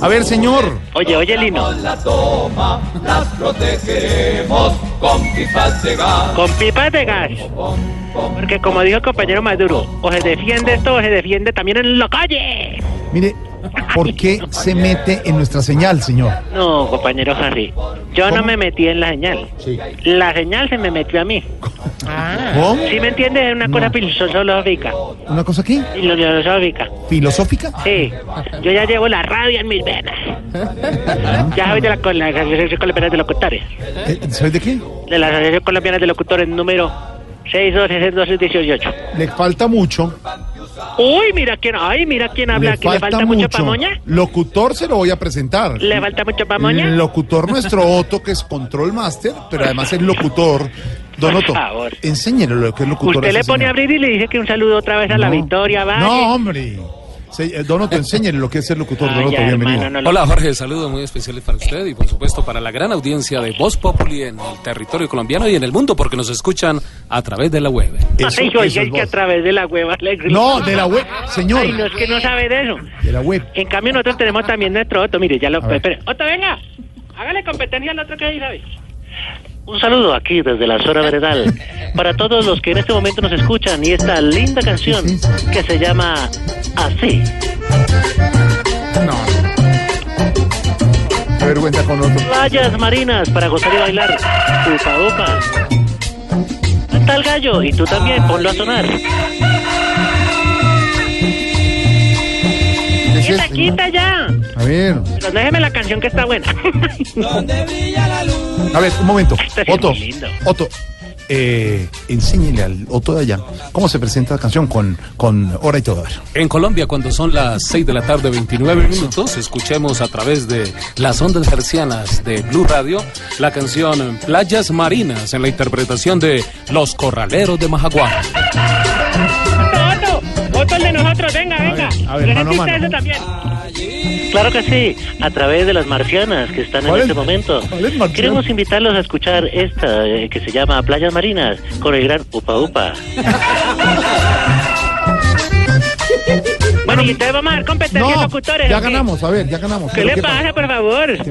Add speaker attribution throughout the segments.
Speaker 1: A ver, señor.
Speaker 2: Oye, oye, Lino,
Speaker 3: la toma, las protegemos con pipas de gas.
Speaker 2: con pipas de gas. Porque como dijo el compañero Maduro, o se defiende esto o se defiende también en la calle.
Speaker 1: Mire, ¿por qué se mete en nuestra señal, señor?
Speaker 2: No, compañero Harry, yo no me metí en la señal. La señal se me metió a mí.
Speaker 1: ¿Cómo?
Speaker 2: ¿Sí me entiendes? Es una cosa filosófica.
Speaker 1: ¿Una cosa aquí?
Speaker 2: Filosófica.
Speaker 1: ¿Filosófica?
Speaker 2: Sí, yo ya llevo la radio en mis venas. Ya soy de la, con la Asociación Colombiana de Locutores.
Speaker 1: Eh, ¿Sabes de qué?
Speaker 2: De la Asociación Colombiana de Locutores número 6262618.
Speaker 1: Le falta mucho.
Speaker 2: Uy, mira quién, ay, mira quién habla, que le falta mucho pamoña.
Speaker 1: Locutor se lo voy a presentar.
Speaker 2: ¿Le falta mucho pamoña?
Speaker 1: El locutor nuestro Otto, que es Control Master, pero además es locutor. Don
Speaker 2: Por
Speaker 1: Otto,
Speaker 2: favor.
Speaker 1: enséñele lo que es locutor. a
Speaker 2: Usted
Speaker 1: ese
Speaker 2: le pone a
Speaker 1: señor.
Speaker 2: abrir y le dice que un saludo otra vez a la
Speaker 1: No.
Speaker 2: victoria, va.
Speaker 1: No, hombre. Se- eh, Don Otto, enséñele lo que es ser locutor. Don Otto, bienvenido.
Speaker 4: Hola Jorge, saludos muy especiales para usted y por supuesto para la gran audiencia de Voz Populi en el territorio colombiano y en el mundo porque nos escuchan a través de la web.
Speaker 1: Eso-
Speaker 2: Ay, oiga,
Speaker 1: eso es
Speaker 2: es que a
Speaker 1: voz.
Speaker 2: través de la hueva le grita.
Speaker 1: No, de la web. Señor,
Speaker 2: Ay, no, es que no sabe de eso.
Speaker 1: de la web.
Speaker 2: En cambio, nosotros tenemos también nuestro Otto. Mire, ya lo.
Speaker 1: A ver.
Speaker 2: espere. Otto, venga. Hágale competencia al otro que ahí sabe. Un saludo aquí desde la zona veredal para todos los que en este momento nos escuchan y esta linda canción
Speaker 1: Sí, sí, sí.
Speaker 2: que se llama Así.
Speaker 1: Qué vergüenza con Otto.
Speaker 2: Playas marinas para gozar y bailar. Upa, upa. Canta el gallo y tú también, ponlo a sonar.
Speaker 1: ¿Qué es
Speaker 2: Quita,
Speaker 1: esto?
Speaker 2: quita ya.
Speaker 1: A ver.
Speaker 2: Pero déjeme la canción que está buena.
Speaker 1: A ver, un momento.
Speaker 2: Este sí es
Speaker 1: Otto,
Speaker 2: muy lindo.
Speaker 1: Otto, eh, enséñele al Otto de allá cómo se presenta la canción con, con hora y todo. A ver.
Speaker 4: En Colombia cuando son las 6 de la tarde 29 minutos escuchemos a través de las ondas hercianas de Blue Radio la canción Playas Marinas en la interpretación de Los Corraleros de Majaguán.
Speaker 2: Otto, Otto, Otto el de nosotros, venga, venga.
Speaker 1: a ver, mano a
Speaker 2: Presente
Speaker 1: mano.
Speaker 2: usted eso también. Claro que sí, a través de las marcianas que están en
Speaker 1: ¿Cuál es-
Speaker 2: este momento.
Speaker 1: cuál es marciana?
Speaker 2: Queremos invitarlos a escuchar esta eh, que se llama Playas Marinas con el gran Upa Upa. bueno, y ustedes vamos a dar competencia
Speaker 1: No,
Speaker 2: locutores.
Speaker 1: ya
Speaker 2: ¿o qué?
Speaker 1: ganamos, a ver, ya ganamos.
Speaker 2: ¿Qué
Speaker 1: Pero
Speaker 2: le pasa, por favor? ¿Qué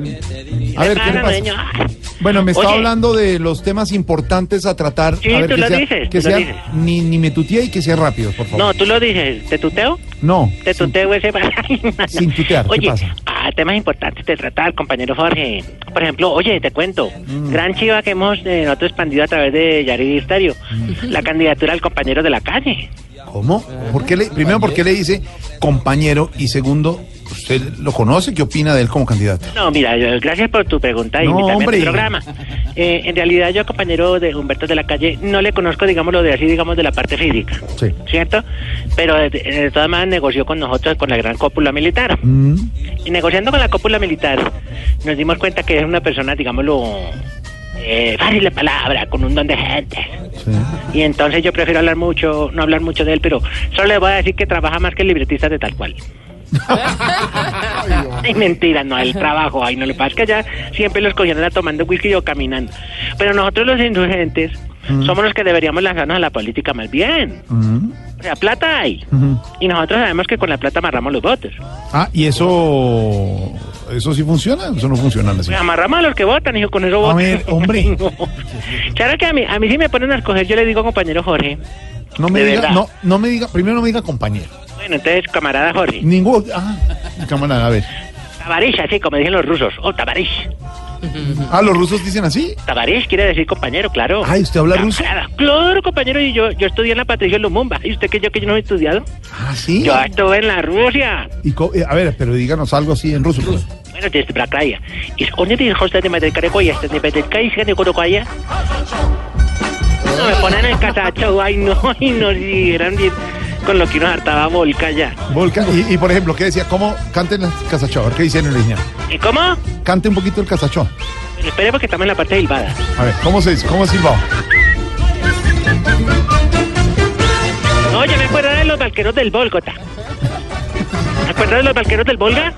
Speaker 1: A ver, ¿qué
Speaker 2: le
Speaker 1: le
Speaker 2: pasa,
Speaker 1: pasa?
Speaker 2: dueño?
Speaker 1: Bueno, me está
Speaker 2: Oye.
Speaker 1: hablando de los temas importantes a tratar.
Speaker 2: Sí,
Speaker 1: a ver,
Speaker 2: tú
Speaker 1: que
Speaker 2: lo
Speaker 1: sea,
Speaker 2: dices,
Speaker 1: que
Speaker 2: tú lo
Speaker 1: sea-
Speaker 2: dices.
Speaker 1: Ni, ni me tutía y que sea rápido, por
Speaker 2: No,
Speaker 1: favor.
Speaker 2: tú lo dices. ¿Te tuteo?
Speaker 1: No.
Speaker 2: Te tuteo ese
Speaker 1: Sin tutear, ¿qué
Speaker 2: Oye,
Speaker 1: pasa?
Speaker 2: ah, temas importantes de tratar, compañero Jorge. Por ejemplo, oye, te cuento.
Speaker 1: Mm.
Speaker 2: Gran chiva que hemos eh, nosotros expandido a través de Yarid Stereo.
Speaker 1: Mm.
Speaker 2: La candidatura al compañero de la calle.
Speaker 1: ¿Cómo? ¿Por qué le, primero, ¿por qué le dice compañero? Y segundo, ¿usted lo conoce? ¿Qué opina de él como candidato?
Speaker 2: No, mira, yo- gracias por tu pregunta y
Speaker 1: No,
Speaker 2: invitarme
Speaker 1: hombre.
Speaker 2: a tu programa. Eh, en realidad, yo, compañero de Humberto de la calle, no le conozco, digámoslo de así, digamos, de la parte física.
Speaker 1: Sí.
Speaker 2: ¿Cierto? Pero eh, de, de todas maneras negoció con nosotros, con la gran cópula militar.
Speaker 1: Mm.
Speaker 2: Y negociando con la cópula militar, nos dimos cuenta que es una persona, digámoslo, eh, fácil de palabra, con un don de gente.
Speaker 1: Sí.
Speaker 2: Y entonces yo prefiero hablar mucho, no hablar mucho de él, pero solo le voy a decir que trabaja más que el libretista de tal cual. Ay, mentira, no, el trabajo, ay, no le pasa es que allá siempre los cogían era tomando whisky o caminando. Pero nosotros los insurgentes somos los que deberíamos lanzarnos a la política más bien.
Speaker 1: Mm.
Speaker 2: O sea, plata hay.
Speaker 1: Ujú.
Speaker 2: Y nosotros sabemos que con la plata amarramos los votos.
Speaker 1: Ah, ¿y eso, eso sí funciona? Eso no funciona. así.
Speaker 2: Pues amarramos a los que votan, hijo, con eso
Speaker 1: A
Speaker 2: votan.
Speaker 1: ver, hombre.
Speaker 2: No. Claro que a mí, a mí sí me ponen a escoger, yo le digo compañero Jorge.
Speaker 1: No me
Speaker 2: de
Speaker 1: diga,
Speaker 2: verdad.
Speaker 1: no, no me diga, primero no me diga compañero.
Speaker 2: Bueno, entonces, camarada Jorge.
Speaker 1: Ningún, ah, camarada, a ver.
Speaker 2: Tabarish, así como dicen los rusos. Oh, tabarish.
Speaker 1: Ah, los rusos dicen así.
Speaker 2: Tabarish quiere decir compañero, claro.
Speaker 1: Ay, Ah, ¿usted habla ruso?
Speaker 2: Camarada. Claro, compañero, y yo, yo estudié en la Patricia Lumumba. ¿Y usted que yo que yo no he estudiado?
Speaker 1: Ah, sí.
Speaker 2: Yo estuve en la Rusia.
Speaker 1: Y co- eh, a ver, pero díganos algo así en ruso. pues.
Speaker 2: Bueno, desde Bracaya. Y ¿dónde te dijo usted de Metelcarecoya? ¿Estás este de Metelcarecoya? de Corocoya? No, me ponen el casacho, ay no, ay no, si eran bien. con lo que nos hartaba Volca ya.
Speaker 1: Volca, y, y, por ejemplo, ¿qué decía? ¿Cómo canten el casachó? A ver, ¿qué dicen en original?
Speaker 2: ¿Y cómo?
Speaker 1: Cante un poquito el casachó.
Speaker 2: Espere porque estamos en la parte de Ilvada.
Speaker 1: A ver, ¿cómo se dice? ¿Cómo es silbado?
Speaker 2: No, yo me acuerdo de los barqueros del Volgota. ¿Te acuerdas de los barqueros del Volga?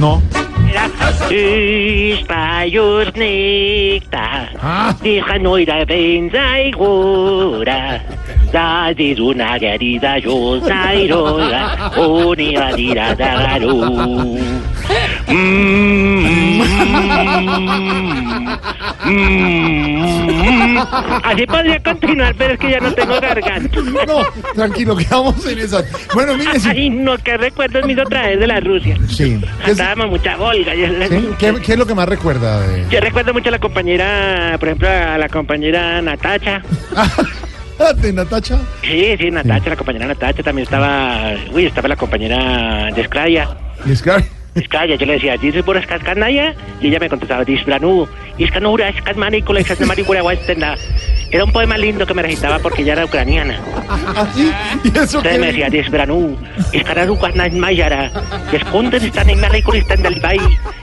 Speaker 1: No.
Speaker 2: Era... Ispayos necta.
Speaker 1: Ah.
Speaker 2: Deja no ir a venza y gora. Da de una querida yo zairora. Oni a tira da garu. Mm. Mm. Así podría continuar, pero es que ya no tengo garganta.
Speaker 1: No, tranquilo, quedamos en esa. Bueno, mire, sí.
Speaker 2: Ay, no, qué recuerdos me hizo otra vez de la Rusia.
Speaker 1: Sí. ¿Qué, es-
Speaker 2: Estábamos mucha Volga. Yo,
Speaker 1: sí? ¿Qué- qué es lo que más recuerda de.?
Speaker 2: yo recuerdo mucho a la compañera, por ejemplo, a la compañera Natacha.
Speaker 1: Ah, ¿De Natacha?
Speaker 2: Sí, sí, Natacha, la compañera Natacha. También estaba, uy, estaba la compañera Descraya.
Speaker 1: ¿Les cabe?
Speaker 2: Descraya, yo le decía, ¿dices por Escascanaya? Y ella me contestaba, Disbranú. Y es canura, es casmanícola, es casmanícola, Era un poema lindo que me recitaba porque ella era ucraniana.
Speaker 1: ¿Así? ¿Ah, ¿Y eso
Speaker 2: Entonces
Speaker 1: qué?
Speaker 2: me decía, Desbranú, Escararu Mayara, Desconten están en México y están del país,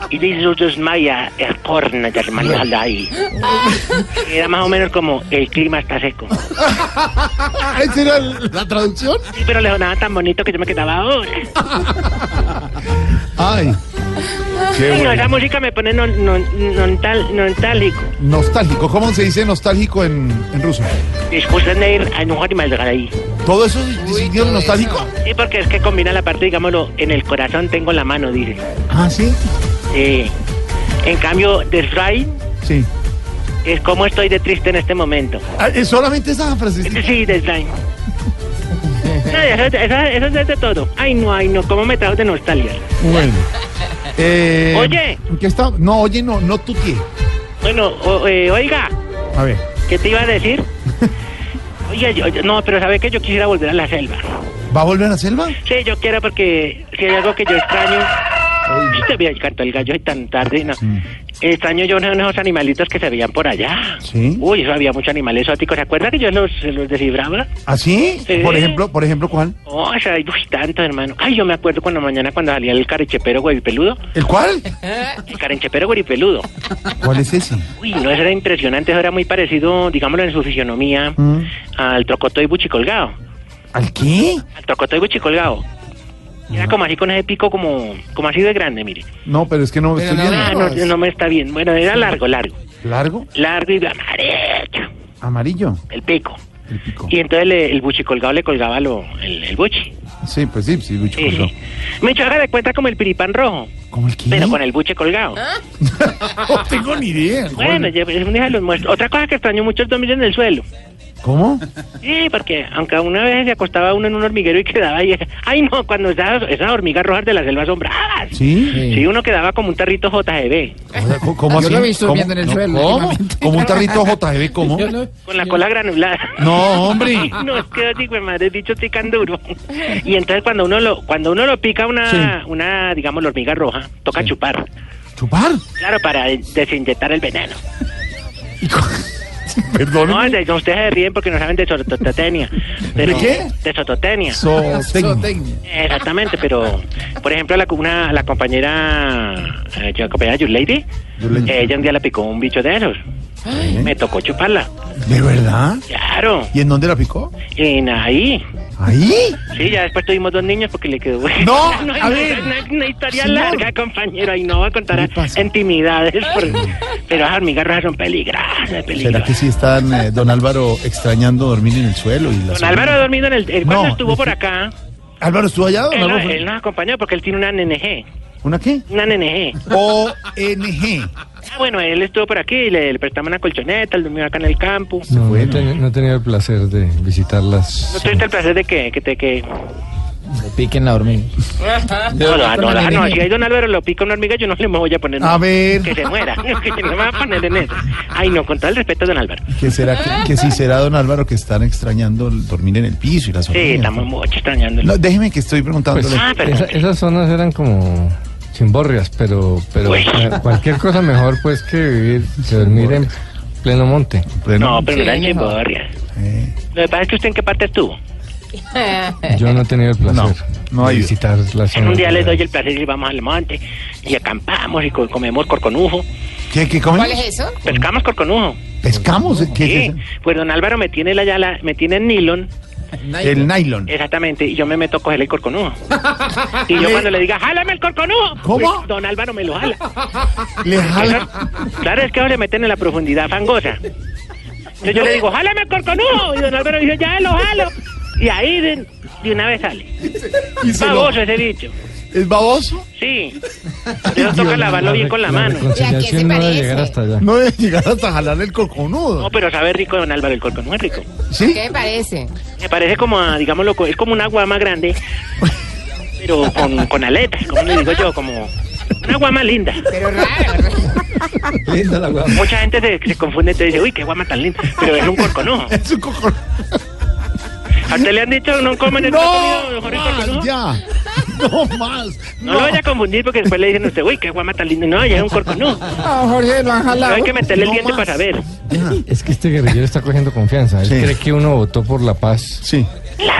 Speaker 2: y dice desmaya el corna del Malalai. Era más o menos como, el clima está seco.
Speaker 1: Ah, ¿Esa era la traducción?
Speaker 2: Sí, pero le sonaba tan bonito que yo me quedaba, oh.
Speaker 1: Ay. Qué
Speaker 2: Ay, no,
Speaker 1: bueno.
Speaker 2: esa música me pone non, non, non tal, nontálico.
Speaker 1: Nostálgico. ¿Cómo se dice nostálgico en, en ruso?
Speaker 2: Después de ir a un ahí.
Speaker 1: ¿Todo eso es significa nostálgico?
Speaker 2: Sí, porque es que combina la parte, digámoslo, en el corazón tengo la mano, dice.
Speaker 1: Ah, sí.
Speaker 2: Eh, en cambio, Desrain
Speaker 1: Sí.
Speaker 2: es como estoy de triste en este momento.
Speaker 1: Ah, ¿Es solamente esa frase?
Speaker 2: Sí, design. No, eso, eso, eso es de todo. Ay, no, ay, no, cómo me trajo de nostalgia.
Speaker 1: Bueno. Eh,
Speaker 2: Oye.
Speaker 1: ¿Qué está? No, oye, no, no tú qué.
Speaker 2: Bueno, o- eh, oiga,
Speaker 1: A ver.
Speaker 2: ¿qué te iba a decir? Oye, yo- yo- no, pero sabe que yo quisiera volver a la selva.
Speaker 1: ¿Va a volver a Selva?
Speaker 2: Sí, yo quiero porque si hay algo que yo extraño... Te voy a cantar el gallo y tan tarde, no. Extraño yo unos unos animalitos que se veían por allá.
Speaker 1: Sí.
Speaker 2: Uy, eso había muchos animales exóticos. ¿Se acuerda que yo los, los descibraba?
Speaker 1: ¿Así?
Speaker 2: Sí.
Speaker 1: ¿Ah, Por ejemplo, por ejemplo, ¿cuál?
Speaker 2: Oh, o sea, hay tanto, hermano. Ay, yo me acuerdo cuando mañana cuando salía el carichepero, güey, peludo.
Speaker 1: ¿El cuál?
Speaker 2: El carenchepero goripeludo.
Speaker 1: ¿Cuál es ese?
Speaker 2: Uy, no, eso era impresionante. Eso era muy parecido, digámoslo, en su fisionomía
Speaker 1: Mm.
Speaker 2: al trocotoy buchicolgado.
Speaker 1: ¿Al qué?
Speaker 2: Al trocotoy buchicolgado. Era como así con ese pico como, como así de grande, mire.
Speaker 1: No, pero es que no estoy
Speaker 2: Ah,
Speaker 1: viendo.
Speaker 2: no, no me está bien. Bueno, era largo, largo.
Speaker 1: ¿Largo?
Speaker 2: Largo y amarillo.
Speaker 1: ¿Amarillo?
Speaker 2: El pico.
Speaker 1: El pico.
Speaker 2: Y entonces le- el buchicolgado le colgaba lo, el, el buchi.
Speaker 1: Sí, pues sí, sí, Lucho
Speaker 2: Sí,
Speaker 1: Corso.
Speaker 2: sí. Me echó haga de cuenta como el piripán rojo,
Speaker 1: ¿Cómo el qué?
Speaker 2: pero con el buche colgado.
Speaker 1: No tengo ni idea.
Speaker 2: Bueno, ya- es un día de los muertos. Otra cosa que extraño mucho es dormir en el suelo.
Speaker 1: ¿Cómo?
Speaker 2: Sí, porque aunque una vez se acostaba uno en un hormiguero y quedaba ahí. Ay, no, cuando esas, esas hormigas rojas de las selvas asombradas.
Speaker 1: ¿Sí?
Speaker 2: Sí, uno quedaba como un tarrito JGB,
Speaker 1: O sea, ¿Cómo, cómo
Speaker 5: Yo lo
Speaker 1: así?
Speaker 5: he visto
Speaker 1: ¿Cómo?
Speaker 5: viendo en el
Speaker 1: No,
Speaker 5: suelo
Speaker 1: ¿Cómo?
Speaker 5: últimamente.
Speaker 1: ¿Como un tarrito JGB? ¿Cómo?
Speaker 2: con la cola granulada.
Speaker 1: No, hombre.
Speaker 2: No, es que digo, madre, dicho pican duro. Y entonces cuando uno lo, cuando uno lo pica una,
Speaker 1: Sí.
Speaker 2: una digamos, la hormiga roja, toca chupar.
Speaker 1: ¿Chupar?
Speaker 2: Claro, para desinyectar el veneno.
Speaker 1: Perdón.
Speaker 2: No, de- no, ustedes se ríen porque no saben de sototenia.
Speaker 1: ¿De qué?
Speaker 2: De sototenia.
Speaker 1: Zootecnia.
Speaker 5: Zootecnia.
Speaker 2: Exactamente, pero por ejemplo la, una- la compañera, eh, yo, la compañera Yulady,
Speaker 1: Yulady.
Speaker 2: ella un día le picó un bicho de esos. Me tocó chuparla.
Speaker 1: ¿Eh? ¿De verdad?
Speaker 2: Claro,
Speaker 1: ¿Y en dónde la picó?
Speaker 2: en ahí.
Speaker 1: ¿Ahí?
Speaker 2: Sí, ya después tuvimos dos niños porque le quedó.
Speaker 1: No,
Speaker 2: hay-
Speaker 1: a ver.
Speaker 2: es Una, una historia
Speaker 1: Señor.
Speaker 2: larga, compañero. Ahí no va a contar
Speaker 1: ¿Qué le pasa?
Speaker 2: intimidades. por- pero las hormigas rojas son peligrosas,
Speaker 1: ¿Será que
Speaker 2: peligrosas.
Speaker 1: sí están, eh, don Álvaro, extrañando dormir en el suelo? Y las
Speaker 2: Don Álvaro ha dormido en el. el- cuando
Speaker 1: No,
Speaker 2: estuvo por
Speaker 1: sí.
Speaker 2: acá,
Speaker 1: ¿Álvaro estuvo allá, don
Speaker 2: él,
Speaker 1: Álvaro?
Speaker 2: él nos acompañó porque él tiene una NNG.
Speaker 1: ¿Una qué?
Speaker 2: Una NNG.
Speaker 1: ONG.
Speaker 2: Ah, bueno, él estuvo por aquí, le, le prestamos una colchoneta, él durmió acá en el campo.
Speaker 6: No, no he teni- no he tenido el placer de visitarlas.
Speaker 2: ¿No tuviste el placer de que, que te que...
Speaker 5: Me piquen la hormiga.
Speaker 2: No, no, no, no, no,
Speaker 5: NNG.
Speaker 2: si hay don Álvaro lo pica una hormiga, yo no le voy a poner...
Speaker 1: A
Speaker 2: no,
Speaker 1: ver.
Speaker 2: Que se muera, no, que no me va a poner en eso. Ay, no, con todo el respeto, don Álvaro.
Speaker 1: ¿Qué será? Que, que si será, don Álvaro, que están extrañando el dormir en el piso y las
Speaker 2: Sí,
Speaker 1: hormigas.
Speaker 2: estamos mucho extrañándolo.
Speaker 1: No, déjeme que estoy preguntándole.
Speaker 2: ah, perdón.
Speaker 6: Esa- esas zonas eran como chimborrias, pero, pero
Speaker 2: Uy.
Speaker 6: cua- cualquier cosa mejor pues que vivir, que dormir en pleno monte.
Speaker 1: Bueno,
Speaker 2: No, pero no
Speaker 5: Sí,
Speaker 2: era
Speaker 5: no.
Speaker 2: chimborria.
Speaker 1: eh,
Speaker 2: Lo que pasa es que usted en qué parte estuvo.
Speaker 6: Yo no he tenido el placer
Speaker 1: No, no ha
Speaker 6: de
Speaker 1: ido.
Speaker 6: visitar la
Speaker 2: En
Speaker 6: zona.
Speaker 2: un día les doy el placer y vamos al monte y acampamos y co- comemos corconujo.
Speaker 1: ¿Qué, qué comen?
Speaker 7: ¿Cuál es eso?
Speaker 2: Pescamos corconujo.
Speaker 1: ¿Pescamos? ¿Qué
Speaker 2: Sí.
Speaker 1: es eso?
Speaker 2: Pues don Álvaro me tiene la yala, me tiene en nylon,
Speaker 1: El nylon.
Speaker 2: Eh, exactamente, y yo me meto a cogerle el corconujo. Y yo cuando le diga, ¡jálame el corconujo!
Speaker 1: ¿Cómo?
Speaker 2: pues, don Álvaro me lo jala.
Speaker 1: Le
Speaker 2: Eso-
Speaker 1: jala.
Speaker 2: claro, es que ahora le meten en la profundidad fangosa. Entonces yo le digo, ¡jálame el corconujo! Y don Álvaro dice, ¡ya lo jalo! Y ahí de, de una vez sale.
Speaker 1: Y se lo-
Speaker 2: Famoso ese bicho.
Speaker 1: ¿Es baboso?
Speaker 2: Sí. Por eso toca lavarlo bien con la mano.
Speaker 7: ¿Y a qué se
Speaker 6: reconciliación no debe
Speaker 7: parece?
Speaker 6: llegar hasta allá.
Speaker 1: No debe llegar hasta jalar el coconudo.
Speaker 2: No, pero sabe rico don Álvaro el corconujo es rico.
Speaker 1: ¿Sí?
Speaker 7: ¿Qué me parece?
Speaker 2: Me parece como, a, digámoslo, co- es como un agua más grande, pero con, con aletas, como le digo yo, como un agua más linda.
Speaker 7: Pero raro.
Speaker 5: Linda la guapa.
Speaker 2: Mucha gente se, se confunde y te dice, uy, qué guama tan linda, pero es un corconujo.
Speaker 1: Es un coconudo.
Speaker 2: ¿A usted le han dicho no coman el
Speaker 1: ¡No!
Speaker 2: corconujo, Jorge
Speaker 1: Más,
Speaker 2: corconujo?
Speaker 1: ya. No más.
Speaker 2: No lo vaya a confundir porque después le dicen a usted, uy, qué guama tan linda. No, ya es un corconujo.
Speaker 6: Ah, Jorge, lo han
Speaker 2: Pero
Speaker 6: jalado.
Speaker 2: hay que meterle el
Speaker 1: No
Speaker 2: diente
Speaker 1: más.
Speaker 2: para saber.
Speaker 6: Es que este guerrillero está cogiendo confianza. Él
Speaker 1: Sí.
Speaker 6: cree que uno votó por la paz.
Speaker 1: Sí.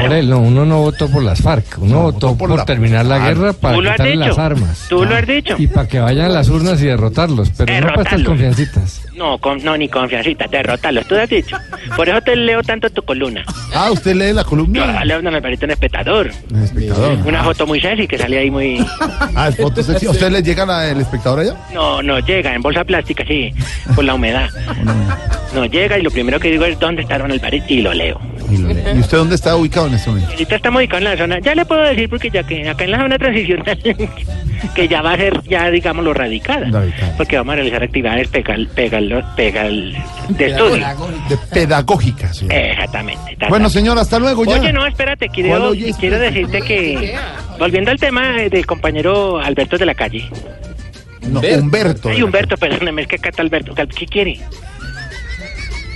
Speaker 6: Por él, no, uno no votó por las FARC. Uno votó,
Speaker 1: votó por
Speaker 6: por,
Speaker 1: la-
Speaker 6: terminar la
Speaker 1: Ah,
Speaker 6: guerra para
Speaker 2: Tú lo has
Speaker 6: quitarle las
Speaker 2: dicho.
Speaker 6: armas. Ah.
Speaker 2: Tú lo has dicho.
Speaker 6: Y para que vayan a las urnas y derrotarlos. Pero no para estas
Speaker 2: Derrotarlos.
Speaker 6: confiancitas.
Speaker 2: No, con- no, ni confiancita, derrotarlos, tú lo has dicho. Por eso te leo tanto tu columna.
Speaker 1: Ah, usted lee la
Speaker 2: Yo
Speaker 1: columna.
Speaker 2: la leo en el Alvarito en espectador.
Speaker 1: El espectador.
Speaker 6: Ah.
Speaker 2: Una foto muy sexy que salía ahí muy...
Speaker 1: Ah, es foto sexy. ¿A ¿Usted le llega la del espectador allá?
Speaker 2: No, no llega, en bolsa plástica, sí, por la humedad. No llega y lo primero que digo es dónde está Don Alvarito y lo leo.
Speaker 1: Y lo lee. ¿Y usted dónde está ubicado en este momento?
Speaker 2: Ahorita estamos ubicados en la zona, ya le puedo decir porque ya que acá en la zona transicional, que ya va a ser, ya digámoslo, radicada.
Speaker 1: Radicada.
Speaker 2: Porque vamos a realizar actividades pegal, pegal, pegal de estudio.
Speaker 1: De pedagógica, señor.
Speaker 2: Exactamente. ta, ta.
Speaker 1: Bueno, señor, hasta luego ya.
Speaker 2: Oye, no, espérate,
Speaker 1: ¿Cuál
Speaker 2: quiero,
Speaker 1: oye,
Speaker 2: quiero
Speaker 1: espérate?
Speaker 2: decirte que, volviendo al tema eh, del compañero Alberto de la calle.
Speaker 1: No, Humberto.
Speaker 2: Ay, Humberto, perdóname, es que acá está Alberto. Cal- ¿Qué quiere?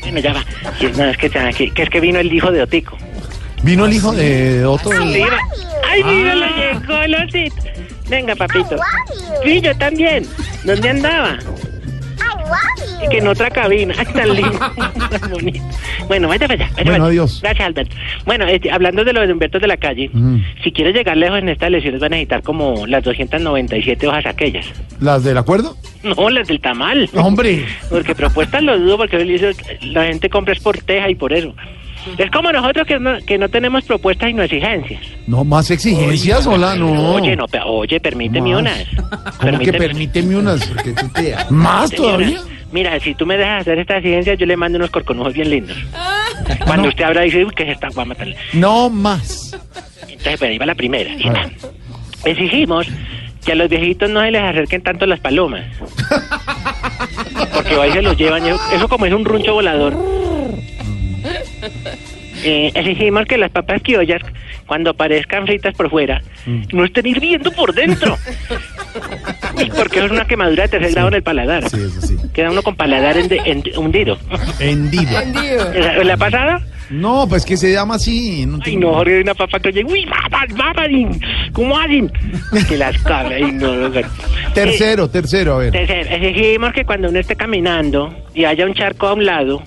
Speaker 2: Bueno, ya va. Sí, No, es que, ya- que- que es que vino el hijo de Otico.
Speaker 1: Vino el hijo de Otto.
Speaker 2: Sí, va- Ay, mira, lo
Speaker 1: Ah.
Speaker 2: llegó el osito. Venga, papito. Sí, yo también. ¿Dónde andaba? Y que en otra cabina. Ay, tan lindo. tan bonito. Bueno, vaya para allá. vaya
Speaker 1: Bueno,
Speaker 2: para allá.
Speaker 1: adiós.
Speaker 2: Gracias, Alberto. Bueno, este, hablando de lo de Humberto de la calle,
Speaker 1: Mm.
Speaker 2: si quieres llegar lejos en estas lesiones, van a necesitar como las 297 hojas aquellas.
Speaker 1: ¿Las del acuerdo?
Speaker 2: No, las del tamal.
Speaker 1: Hombre.
Speaker 2: Porque propuestas lo dudo, porque él dice, la gente compra es por teja y por eso. Es como nosotros que no, que no tenemos propuestas y no exigencias.
Speaker 1: No, más exigencias, hola, no.
Speaker 2: Oye, no, pe- oye, permíteme
Speaker 1: Más.
Speaker 2: unas.
Speaker 1: ¿Cómo que permíteme unas? ¿Más todavía?
Speaker 2: Mira, si tú me dejas hacer estas exigencias, yo le mando unos corconujos bien lindos.
Speaker 1: Ah.
Speaker 2: Cuando usted habla, dice, "Uy, ¿qué es esta guama tal?".
Speaker 1: No más.
Speaker 2: Entonces, pero ahí va la primera.
Speaker 1: A ver.
Speaker 2: Exigimos que a los viejitos no se les acerquen tanto las palomas. Porque ahí se los llevan. Eso, eso como es un runcho volador. Eh, exigimos que las papas criollas, cuando parezcan fritas por fuera,
Speaker 1: Mm.
Speaker 2: no estén hirviendo por dentro. Y Porque eso es una quemadura de tercer grado en el paladar.
Speaker 1: Sí, eso sí.
Speaker 2: Queda uno con paladar hende- hende- hundido.
Speaker 1: Hendido.
Speaker 7: Entendido.
Speaker 2: ¿La- ¿La pasada?
Speaker 1: No, pues que se llama así. No
Speaker 2: Ay,
Speaker 1: tengo-
Speaker 2: no, Jorge, hay una papa que oye, uy, babas, babas, y- ¿cómo hacen? Que las cabras, y no, no, no.
Speaker 1: Tercero, tercero, a
Speaker 2: Eh,
Speaker 1: ver.
Speaker 2: tercero, exigimos que cuando uno esté caminando y haya un charco a un lado,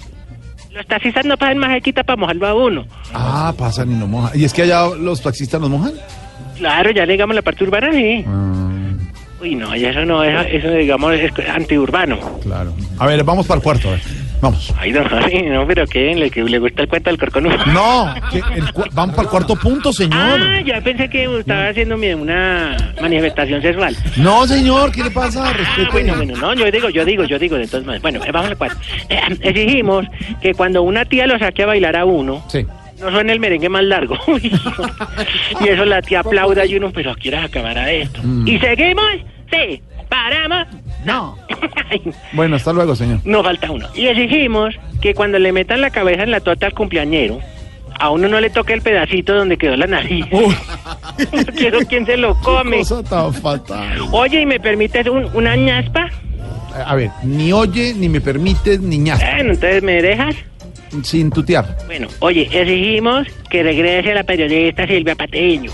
Speaker 2: los taxistas no pasen más cerquita para mojarlo a uno.
Speaker 1: Ah, pasan y no mojan. ¿Y es que allá los taxistas los mojan?
Speaker 2: Claro, ya llegamos a la parte urbana, sí.
Speaker 1: Ah,
Speaker 2: Uy, no, ya eso no, eso, eso digamos es antiurbano.
Speaker 1: claro. A ver, vamos para el cuarto, a ver. Vamos.
Speaker 2: Ay, don Jorge, no, pero ¿qué? ¿Le, que le gusta el cuento del corconudo?
Speaker 1: No, que el cu- van para el cuarto punto, señor.
Speaker 2: Ah, ya pensé que estaba haciendo mi- una manifestación sexual.
Speaker 1: No, señor, ¿qué le pasa?
Speaker 2: Ah,
Speaker 1: Respete.
Speaker 2: bueno, bueno, no, yo digo, yo digo, yo digo, de todas maneras. Bueno, eh, vamos al cuarto. Eh, exigimos que cuando una tía lo saque a bailar a uno,
Speaker 1: Sí.
Speaker 2: no suene el merengue más largo. y eso la tía aplauda y uno, pero ¿a qué hora acabará esto?
Speaker 1: Mm.
Speaker 2: ¿Y seguimos? Sí. ¿Paramos?
Speaker 1: No.
Speaker 2: Ay,
Speaker 1: Bueno, hasta luego, señor.
Speaker 2: no falta uno. Y exigimos que cuando le metan la cabeza en la torta al cumpleañero, a uno no le toque el pedacito donde quedó la nariz.
Speaker 1: Uy,
Speaker 2: No quiero quien se lo come.
Speaker 1: cosa tan fatal.
Speaker 2: Oye, ¿y me permites un- una ñaspa?
Speaker 1: A ver, ni oye, ni me permites, niñazo.
Speaker 2: Bueno, entonces me dejas.
Speaker 1: Sin tutear.
Speaker 2: Bueno, oye, exigimos que regrese la periodista Silvia Patiño.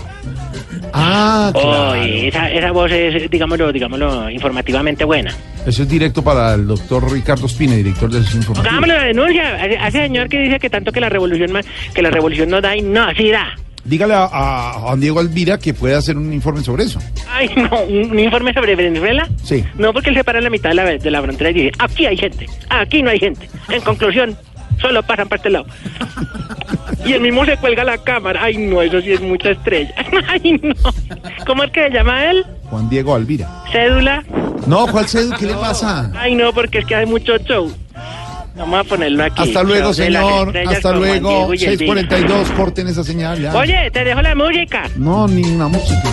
Speaker 1: Ah, claro.
Speaker 2: Oye, esa, esa voz es, digámoslo, digámoslo, informativamente buena.
Speaker 1: Eso es directo para el doctor Ricardo Spine, director del
Speaker 2: Hagámosle
Speaker 1: informativo.
Speaker 2: la denuncia a, a ese señor que dice que tanto que la revolución ma- que la revolución no da y no, sí da.
Speaker 1: Dígale a, a Juan Diego Alvira que puede hacer un informe sobre eso.
Speaker 2: Ay, no, un un informe sobre Venezuela.
Speaker 1: Sí.
Speaker 2: No, porque él se para en la mitad de la, de la frontera y dice, aquí hay gente, aquí no hay gente. En conclusión, solo pasan para este lado. Y el mismo se cuelga la cámara. Ay, no, eso sí es mucha estrella. Ay, no. ¿Cómo es que se llama él?
Speaker 1: Juan Diego Alvira.
Speaker 2: Cédula.
Speaker 1: No, ¿cuál se- ¿Qué le pasa?
Speaker 2: Ay, no, porque es que hay mucho show. Vamos a ponerlo aquí.
Speaker 1: Hasta luego,
Speaker 2: Show de las
Speaker 1: señor.
Speaker 2: estrellas
Speaker 1: Hasta
Speaker 2: con Juan
Speaker 1: luego.
Speaker 2: Diego y el
Speaker 1: 642, corten esa señal ya.
Speaker 2: Vino. Oye, te dejo la música.
Speaker 1: No, ni una música.